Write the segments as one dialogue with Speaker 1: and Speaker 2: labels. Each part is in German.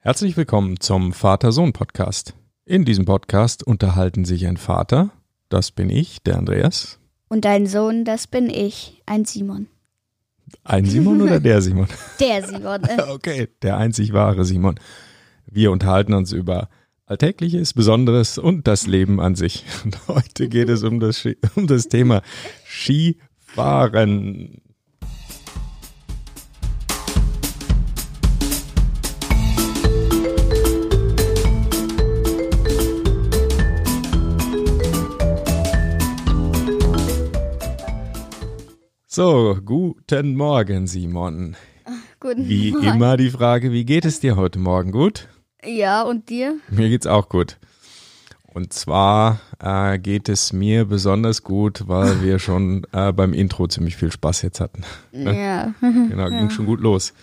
Speaker 1: Herzlich willkommen zum Vater-Sohn-Podcast. In diesem Podcast unterhalten sich ein Vater, das bin ich, der Andreas,
Speaker 2: Und dein Sohn, das bin ich, ein Simon.
Speaker 1: ein Simon oder der Simon?
Speaker 2: Der Simon. Äh,
Speaker 1: Okay, der einzig wahre Simon. Wir unterhalten uns über Alltägliches, Besonderes und das Leben an sich. Und heute geht es um das, Ski- um das Thema Skifahren. So, guten Morgen, Simon.
Speaker 2: guten
Speaker 1: Wie
Speaker 2: Morgen.
Speaker 1: immer die Frage, wie geht es dir heute Morgen? Gut?
Speaker 2: Ja, und dir?
Speaker 1: Mir geht's auch gut. Und zwar äh, geht es mir besonders gut, weil wir schon äh, beim Intro ziemlich viel Spaß jetzt hatten.
Speaker 2: Hm. Ja.
Speaker 1: Genau, ging schon gut los.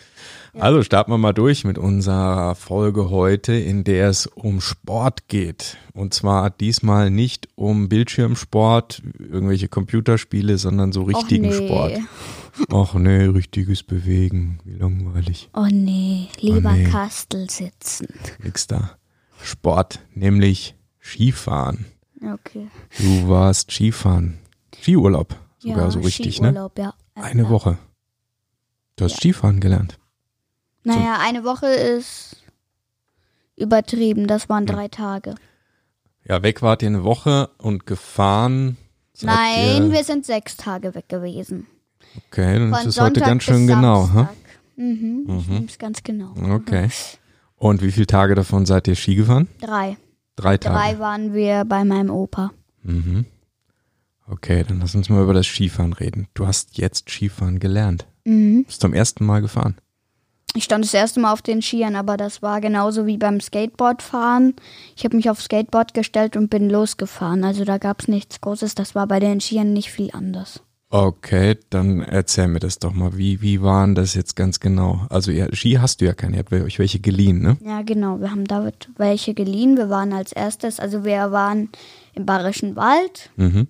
Speaker 1: Also starten wir mal durch mit unserer Folge heute, in der es um Sport geht. Und zwar diesmal nicht um Bildschirmsport, irgendwelche Computerspiele, sondern so richtigen
Speaker 2: Oh, nee.
Speaker 1: Sport. Och nee, richtiges Bewegen, wie langweilig.
Speaker 2: Oh nee, lieber
Speaker 1: Oh nee.
Speaker 2: Kastel sitzen.
Speaker 1: Nix da. Sport, nämlich Skifahren.
Speaker 2: Okay.
Speaker 1: Du warst Skifahren. Skiurlaub sogar
Speaker 2: ja,
Speaker 1: so richtig, ne?
Speaker 2: Skiurlaub, ja. Also
Speaker 1: Eine Woche. Du hast Skifahren gelernt.
Speaker 2: Naja, eine Woche ist übertrieben. Das waren drei Tage.
Speaker 1: Ja, weg wart ihr eine Woche und gefahren. seid
Speaker 2: Nein,
Speaker 1: ihr,
Speaker 2: wir sind sechs Tage weg gewesen.
Speaker 1: Okay, dann
Speaker 2: Von
Speaker 1: ist es
Speaker 2: Sonntag
Speaker 1: heute ganz
Speaker 2: bis
Speaker 1: schön genau. Ha?
Speaker 2: Samstag. Mhm, ich nehm's ganz genau.
Speaker 1: Okay. Und wie viele Tage davon seid ihr Ski gefahren?
Speaker 2: Drei.
Speaker 1: Drei
Speaker 2: Drei
Speaker 1: Tage.
Speaker 2: waren wir bei meinem Opa.
Speaker 1: Mhm. Okay, dann lass uns mal über das Skifahren reden. Du hast jetzt Skifahren gelernt.
Speaker 2: Mhm.
Speaker 1: Bist zum ersten Mal gefahren.
Speaker 2: Ich stand das erste Mal auf den Skiern, aber das war genauso wie beim Skateboardfahren. Ich habe mich aufs Skateboard gestellt und bin losgefahren. Also da gab es nichts Großes. Das war bei den Skiern nicht viel anders.
Speaker 1: Okay, dann erzähl mir das doch mal. Wie, wie waren das jetzt ganz genau? Also, ihr, Ski hast du ja keine, ihr habt euch welche geliehen, ne?
Speaker 2: Ja, genau. Wir haben David welche geliehen. Wir waren als erstes, also wir waren im Bayerischen Wald.
Speaker 1: Mhm.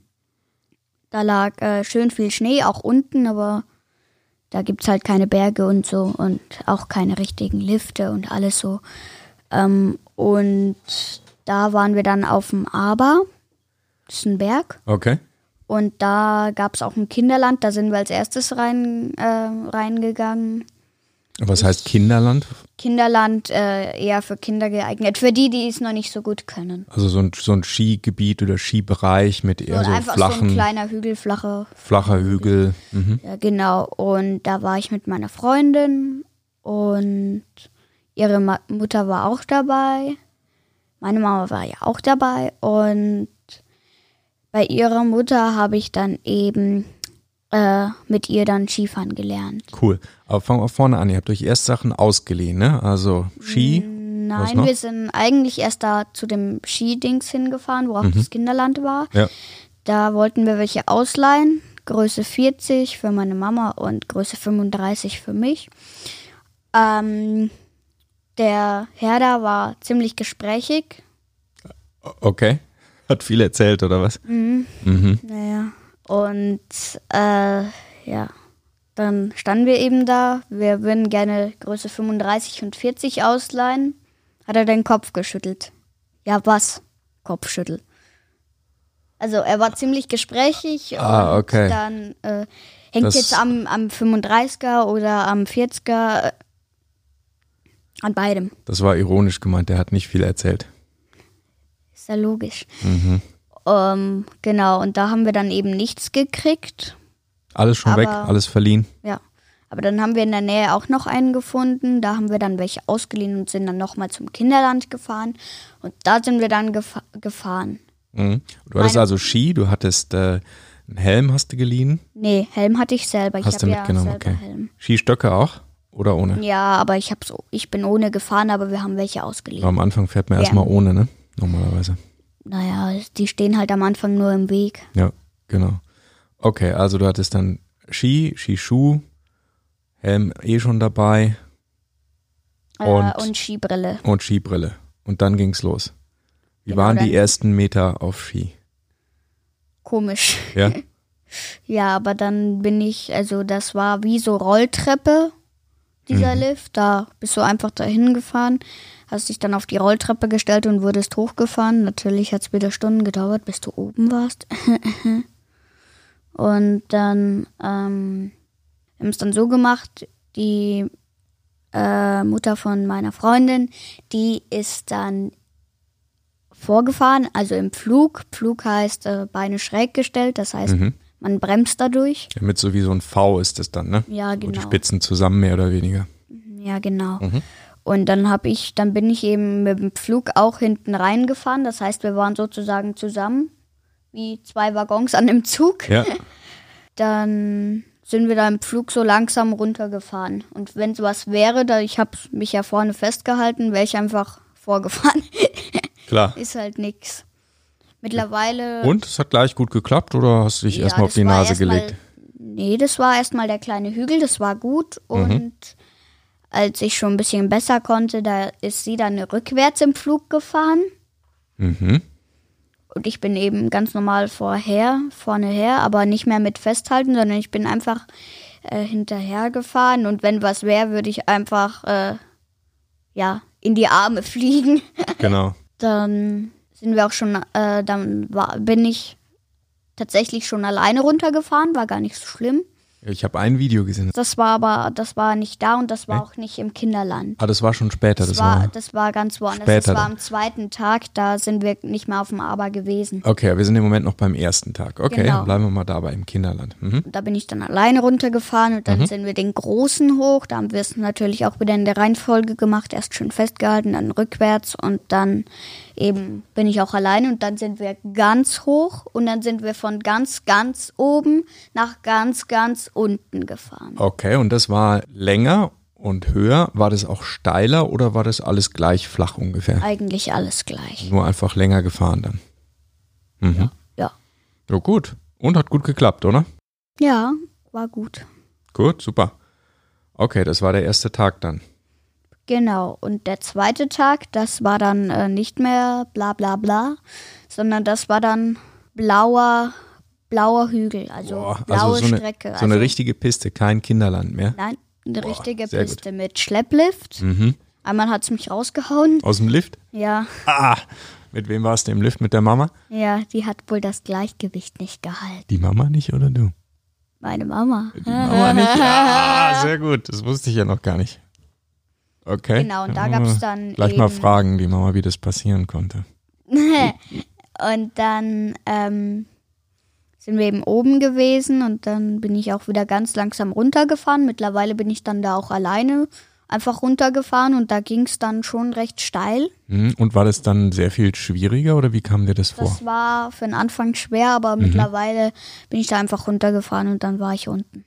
Speaker 2: Da lag äh, schön viel Schnee, auch unten, aber da gibt es halt keine Berge und so und auch keine richtigen Lifte und alles so. Ähm, und da waren wir dann auf dem Aber. Das ist ein Berg.
Speaker 1: Okay.
Speaker 2: Und da gab es auch ein Kinderland, da sind wir als erstes rein, äh, reingegangen.
Speaker 1: Was heißt Kinderland?
Speaker 2: Kinderland äh, eher für Kinder geeignet, für die, die es noch nicht so gut können.
Speaker 1: Also, so ein, so ein Skigebiet oder Skibereich mit eher
Speaker 2: und
Speaker 1: so
Speaker 2: Also einfach so ein
Speaker 1: flachen,
Speaker 2: kleiner Hügel, flache.
Speaker 1: flacher Hügel. Mhm.
Speaker 2: Ja, genau. Und da war ich mit meiner Freundin und ihre Ma Mutter war auch dabei. Meine Mama war ja auch dabei. Und bei ihrer Mutter habe ich dann eben äh, mit ihr dann Skifahren gelernt.
Speaker 1: Cool. Aber fangen wir vorne an. Ihr habt euch erst Sachen ausgeliehen, ne? Also, Ski.
Speaker 2: Mhm.
Speaker 1: Was
Speaker 2: Nein,
Speaker 1: noch?
Speaker 2: wir sind eigentlich erst da zu dem Skidings hingefahren, wo auch das Kinderland war.
Speaker 1: Mhm. Ja.
Speaker 2: Da wollten wir welche ausleihen. Größe 40 für meine Mama und Größe 35 für mich. Ähm, der Herr da war ziemlich gesprächig.
Speaker 1: O- Okay. Hat viel erzählt, oder was?
Speaker 2: Naja. Und äh, ja, dann standen wir eben da. Wir würden gerne Größe 35 und 40 ausleihen. Hat er den Kopf geschüttelt. Ja, was? Kopfschüttel. Also er war ziemlich gesprächig
Speaker 1: Ah,
Speaker 2: und
Speaker 1: okay.
Speaker 2: dann äh, hängt
Speaker 1: Das-
Speaker 2: jetzt am, am 35er oder am 40er äh, an beidem.
Speaker 1: Das war ironisch gemeint. Der hat nicht viel erzählt.
Speaker 2: Ist ja logisch.
Speaker 1: Mhm.
Speaker 2: Ähm, genau, und da haben wir dann eben nichts gekriegt.
Speaker 1: Alles schon weg,
Speaker 2: Aber-
Speaker 1: alles verliehen.
Speaker 2: Ja. Aber dann haben wir in der Nähe auch noch einen gefunden. Da haben wir dann welche ausgeliehen und sind dann nochmal zum Kinderland gefahren. Und da sind wir dann gefa gefahren.
Speaker 1: Mhm. Du hattest
Speaker 2: Meine-
Speaker 1: also Ski, du hattest äh, einen Helm hast du geliehen.
Speaker 2: Nee, Helm hatte ich selber.
Speaker 1: Hast
Speaker 2: ich
Speaker 1: du
Speaker 2: habe ja
Speaker 1: mitgenommen,
Speaker 2: selber
Speaker 1: okay.
Speaker 2: Helm.
Speaker 1: Skistöcke auch oder ohne?
Speaker 2: Ja, aber ich hab's, ich bin ohne gefahren, aber wir haben welche ausgeliehen.
Speaker 1: Aber am Anfang fährt man
Speaker 2: Ja.
Speaker 1: erstmal ohne, ne? Normalerweise.
Speaker 2: Naja, die stehen halt am Anfang nur im Weg.
Speaker 1: Ja, genau. Okay, also du hattest dann Ski, Skischuh, Helm eh schon dabei Und-
Speaker 2: äh, und Skibrille.
Speaker 1: und Skibrille. Und dann ging's los. Wie
Speaker 2: Genau,
Speaker 1: waren
Speaker 2: dann-
Speaker 1: die ersten Meter auf Ski?
Speaker 2: Komisch.
Speaker 1: Ja,
Speaker 2: Ja, aber dann bin ich, also das war wie so Rolltreppe. dieser Lift. Da bist du einfach dahin gefahren, hast dich dann auf die Rolltreppe gestellt und wurdest hochgefahren. Natürlich hat es wieder Stunden gedauert, bis du oben warst. und dann ähm, wir haben es dann so gemacht, die äh, Mutter von meiner Freundin, die ist dann vorgefahren, also im Flug. Flug heißt äh, Beine schräg gestellt, das heißt, man bremst dadurch.
Speaker 1: Damit so wie so ein V ist es dann, ne?
Speaker 2: Ja,
Speaker 1: Wo die Mhm.
Speaker 2: genau.
Speaker 1: Spitzen zusammen mehr oder weniger.
Speaker 2: Ja, genau. Und dann habe ich, dann bin ich eben mit dem Flug auch hinten reingefahren. Das heißt, wir waren sozusagen zusammen, wie zwei Waggons an dem Zug.
Speaker 1: Ja.
Speaker 2: Dann sind wir da im Flug so langsam runtergefahren. Und wenn sowas wäre, da ich habe mich ja vorne festgehalten, wäre ich einfach vorgefahren.
Speaker 1: Klar.
Speaker 2: Ist halt nix. Mittlerweile.
Speaker 1: Und es hat gleich gut geklappt oder hast du dich
Speaker 2: Ja,
Speaker 1: erstmal auf
Speaker 2: das
Speaker 1: die
Speaker 2: war
Speaker 1: Nase
Speaker 2: erstmal-
Speaker 1: gelegt?
Speaker 2: Nee, das war erstmal der kleine Hügel, das war gut.
Speaker 1: Mhm.
Speaker 2: Und als ich schon ein bisschen besser konnte, da ist sie dann rückwärts im Flug gefahren.
Speaker 1: Mhm.
Speaker 2: Und ich bin eben ganz normal vorher, vorne her, aber nicht mehr mit festhalten, sondern ich bin einfach äh, hinterher gefahren. Und wenn was wäre, würde ich einfach, äh, ja, in die Arme fliegen.
Speaker 1: Genau.
Speaker 2: dann sind wir auch schon, äh, dann war, bin ich tatsächlich schon alleine runtergefahren, war gar nicht so schlimm.
Speaker 1: Ich habe ein Video gesehen.
Speaker 2: Das war aber, das war nicht da und das war
Speaker 1: Nee.
Speaker 2: auch nicht im Kinderland.
Speaker 1: Ah, das war schon später. Das,
Speaker 2: Das war,
Speaker 1: war.
Speaker 2: das war ganz woanders.
Speaker 1: später
Speaker 2: das war
Speaker 1: dann.
Speaker 2: am zweiten Tag, da sind wir nicht mehr auf dem Aber gewesen.
Speaker 1: Okay, wir sind im Moment noch beim ersten Tag. Okay,
Speaker 2: Genau.
Speaker 1: dann bleiben wir mal dabei im Kinderland. Mhm.
Speaker 2: Da bin ich dann alleine runtergefahren und dann sind wir den Großen hoch. Da haben wir es natürlich auch wieder in der Reihenfolge gemacht. Erst schön festgehalten, dann rückwärts und dann eben bin ich auch alleine und dann sind wir ganz hoch und dann sind wir von ganz, ganz oben nach ganz, ganz unten gefahren.
Speaker 1: Okay, und das war länger und höher. War das auch steiler oder war das alles gleich flach ungefähr?
Speaker 2: Eigentlich alles gleich.
Speaker 1: Nur einfach länger gefahren dann.
Speaker 2: Also-
Speaker 1: Mhm.
Speaker 2: Ja.
Speaker 1: Ja, gut. Und hat gut geklappt, oder?
Speaker 2: Ja, war gut.
Speaker 1: Gut, super. Okay, das war der erste Tag dann.
Speaker 2: Genau, und der zweite Tag, das war dann äh, nicht mehr bla bla bla, sondern das war dann blauer, blauer Hügel, also
Speaker 1: Boah,
Speaker 2: blaue
Speaker 1: so eine,
Speaker 2: Strecke.
Speaker 1: So eine
Speaker 2: also,
Speaker 1: richtige Piste, kein Kinderland mehr.
Speaker 2: nein, eine richtige
Speaker 1: sehr gut. Mhm.
Speaker 2: Piste mit Schlepplift. Einmal hat es mich rausgehauen.
Speaker 1: Aus dem Lift?
Speaker 2: Ja,
Speaker 1: Ah, mit wem warst du im Lift? Mit der Mama?
Speaker 2: ja, die hat wohl das Gleichgewicht nicht gehalten.
Speaker 1: Die Mama nicht oder du?
Speaker 2: Meine Mama.
Speaker 1: Die Mama nicht? Ah, sehr gut. Das wusste ich ja noch gar nicht. Okay.
Speaker 2: Genau, und da
Speaker 1: Ja,
Speaker 2: gab's dann
Speaker 1: Gleich mal
Speaker 2: eben-
Speaker 1: fragen, die Mama, wie das passieren konnte.
Speaker 2: Und dann ähm, sind wir eben oben gewesen und dann bin ich auch wieder ganz langsam runtergefahren. Mittlerweile bin ich dann da auch alleine einfach runtergefahren und da ging es dann schon recht steil.
Speaker 1: Hm, Und war das dann sehr viel schwieriger oder wie kam dir das vor?
Speaker 2: Das war für den Anfang schwer, aber mittlerweile bin ich da einfach runtergefahren und dann war ich unten.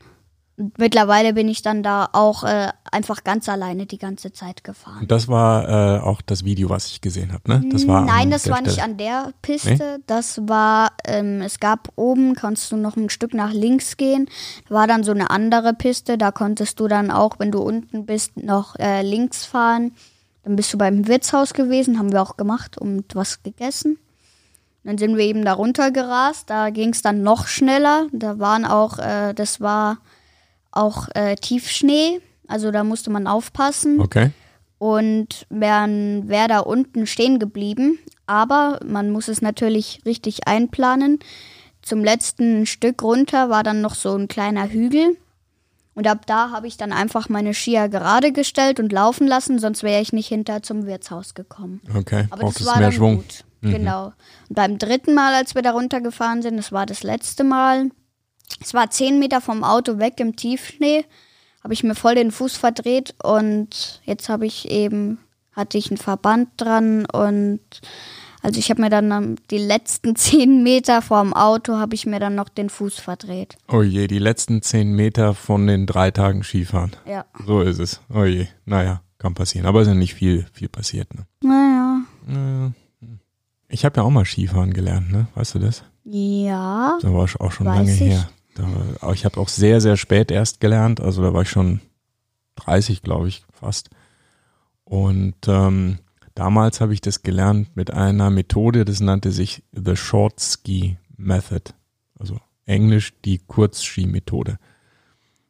Speaker 2: Und mittlerweile bin ich dann da auch äh, einfach ganz alleine die ganze Zeit gefahren.
Speaker 1: Und das war äh, auch das Video, was ich gesehen habe, ne? Das war
Speaker 2: Nein,
Speaker 1: an
Speaker 2: das
Speaker 1: der
Speaker 2: war nicht
Speaker 1: Stelle.
Speaker 2: an der Piste. Das war, ähm, es gab oben, konntest du noch ein Stück nach links gehen. War dann so eine andere Piste. Da konntest du dann auch, wenn du unten bist, noch äh, links fahren. Dann bist du beim Wirtshaus gewesen, haben wir auch gemacht und was gegessen. Dann sind wir eben da runtergerast. Da ging es dann noch schneller. Da waren auch, äh, das war auch äh, Tiefschnee. Also da musste man aufpassen
Speaker 1: Okay.
Speaker 2: und wären wär da unten stehen geblieben. Aber man muss es natürlich richtig einplanen. Zum letzten Stück runter war dann noch so ein kleiner Hügel. Und ab da habe ich dann einfach meine Skier gerade gestellt und laufen lassen, sonst wäre ich nicht hinter zum Wirtshaus gekommen.
Speaker 1: Okay.
Speaker 2: Aber
Speaker 1: Braucht
Speaker 2: das
Speaker 1: es
Speaker 2: war
Speaker 1: mehr
Speaker 2: dann
Speaker 1: Schwung. Mhm.
Speaker 2: gut. Genau. Und beim dritten Mal, als wir da runtergefahren sind, das war das letzte Mal, es war zehn Meter vom Auto weg im Tiefschnee, habe ich mir voll den Fuß verdreht und jetzt habe ich eben, hatte ich einen Verband dran und also ich habe mir dann am- die letzten zehn Meter vorm Auto, habe ich mir dann noch den Fuß verdreht.
Speaker 1: Oh je, die letzten zehn Meter von den drei Tagen Skifahren.
Speaker 2: Ja.
Speaker 1: So ist es. Oh je. Naja, kann passieren. Aber es ist ja nicht viel, viel passiert, ne?
Speaker 2: Naja.
Speaker 1: Naja. hm. Ich habe ja auch mal Skifahren gelernt, ne? Weißt du das?
Speaker 2: Ja.
Speaker 1: Da war ich auch schon
Speaker 2: Weiß
Speaker 1: lange
Speaker 2: ich.
Speaker 1: her. Da, aber ich habe auch sehr, sehr spät erst gelernt. Also da war ich schon 30, glaube ich, fast. Und ähm, damals habe ich das gelernt mit einer Methode, das nannte sich The Short Ski Method. Also Englisch die Kurzski-Methode.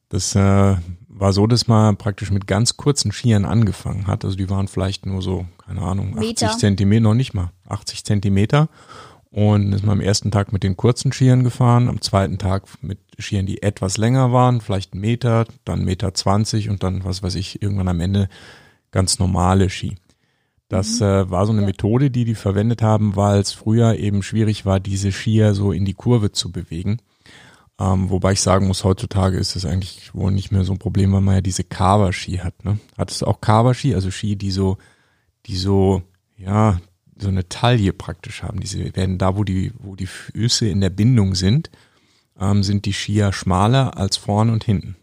Speaker 1: Das äh, war so, dass man praktisch mit ganz kurzen Skiern angefangen hat. Also die waren vielleicht nur so, keine Ahnung, 80
Speaker 2: Meter.
Speaker 1: Zentimeter, noch nicht mal, 80 Zentimeter. Und ist man am ersten Tag mit den kurzen Skiern gefahren, am zweiten Tag mit Skiern, die etwas länger waren, vielleicht einen Meter, dann einen Meter 20 und dann, was weiß ich, irgendwann am Ende ganz normale Ski. Das äh, war so eine
Speaker 2: Mhm. Ja.
Speaker 1: Methode, die die verwendet haben, weil es früher eben schwierig war, diese Skier so in die Kurve zu bewegen. Ähm, wobei ich sagen muss, heutzutage ist das eigentlich wohl nicht mehr so ein Problem, weil man ja diese Carver-Ski hat. Ne? Hattest du auch Carver-Ski, also Ski, die so, die so, ja, so eine Taille praktisch haben. Diese werden da, wo die, wo die Füße in der Bindung sind, ähm, sind die Skier schmaler als vorne und hinten.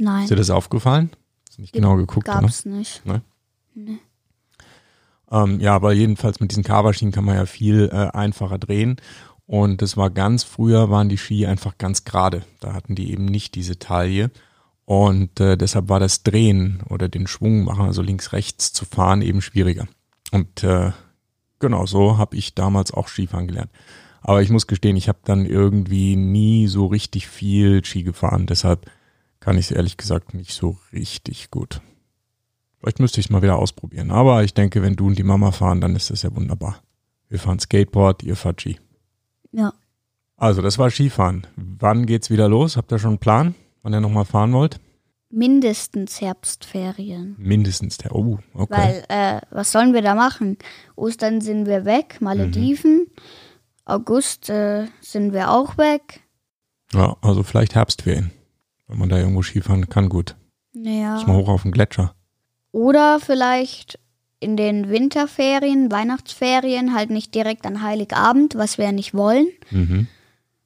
Speaker 2: Nein,
Speaker 1: Ist dir das aufgefallen? Hast du nicht genau geguckt, oder?
Speaker 2: gab's nicht.
Speaker 1: Ähm, ja, aber jedenfalls mit diesen Carver-Skien kann man ja viel äh, einfacher drehen. Und das war ganz früher, waren die Ski einfach ganz gerade. Da hatten die eben nicht diese Taille. Und äh, deshalb war das Drehen oder den Schwung machen, also links-rechts zu fahren, eben schwieriger. Und äh, genau so habe ich damals auch Skifahren gelernt. Aber ich muss gestehen, ich habe dann irgendwie nie so richtig viel Ski gefahren. Deshalb kann ich es ehrlich gesagt nicht so richtig gut. Vielleicht müsste ich es mal wieder ausprobieren. Aber ich denke, wenn du und die Mama fahren, dann ist das ja wunderbar. Wir fahren Skateboard, ihr fahrt Ski.
Speaker 2: Ja.
Speaker 1: Also, das war Skifahren. Wann geht's wieder los? Habt ihr schon einen Plan, wann ihr nochmal fahren wollt?
Speaker 2: Mindestens Herbstferien.
Speaker 1: Mindestens der. Oh, okay.
Speaker 2: Weil, äh, was sollen wir da machen? Ostern sind wir weg, Malediven. August äh, sind wir auch weg.
Speaker 1: ja, also vielleicht Herbstferien. Wenn man da irgendwo Skifahren kann, gut. Muss mal
Speaker 2: Naja.
Speaker 1: hoch auf den Gletscher.
Speaker 2: Oder vielleicht in den Winterferien, Weihnachtsferien, halt nicht direkt an Heiligabend, was wir ja nicht wollen.
Speaker 1: Mhm.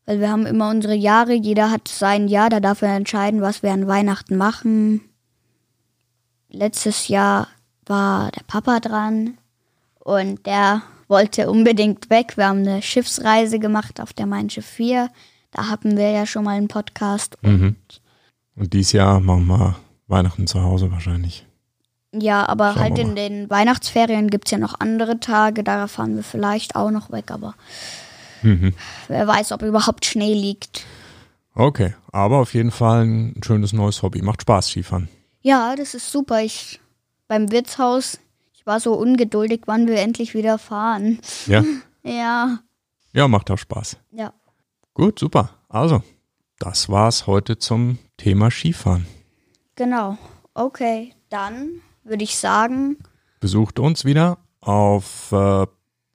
Speaker 2: Weil wir haben immer unsere Jahre, jeder hat sein Jahr, da darf er entscheiden, was wir an Weihnachten machen. Letztes Jahr war der Papa dran und der wollte unbedingt weg. Wir haben eine Schiffsreise gemacht auf der Mein Schiff 4. Da hatten wir ja schon mal einen Podcast.
Speaker 1: Mhm. Und dieses Jahr machen wir Weihnachten zu Hause wahrscheinlich.
Speaker 2: Ja, aber
Speaker 1: Schauen
Speaker 2: halt
Speaker 1: wir
Speaker 2: in
Speaker 1: mal.
Speaker 2: den Weihnachtsferien gibt es ja noch andere Tage, da fahren wir vielleicht auch noch weg, aber
Speaker 1: Mhm.
Speaker 2: wer weiß, ob überhaupt Schnee liegt.
Speaker 1: Okay, aber auf jeden Fall ein schönes neues Hobby. Macht Spaß, Skifahren.
Speaker 2: Ja, das ist super. Ich beim Wirtshaus, ich war so ungeduldig, wann wir endlich wieder fahren.
Speaker 1: Ja,
Speaker 2: Ja,
Speaker 1: ja macht auch Spaß.
Speaker 2: ja.
Speaker 1: Gut, super. Also, das war's heute zum Thema Skifahren.
Speaker 2: Genau. Okay, dann würde ich sagen,
Speaker 1: Besucht uns wieder auf äh,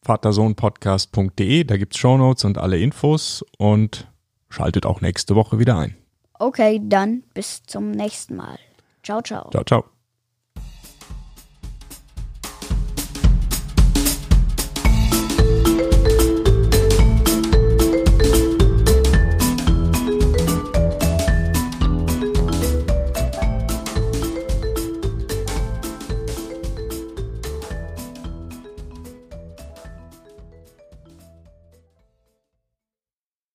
Speaker 1: vatersohnpodcast.de. Da gibt's Shownotes und alle Infos und schaltet auch nächste Woche wieder ein.
Speaker 2: okay, dann bis zum nächsten Mal. Ciao, ciao.
Speaker 1: Ciao, ciao.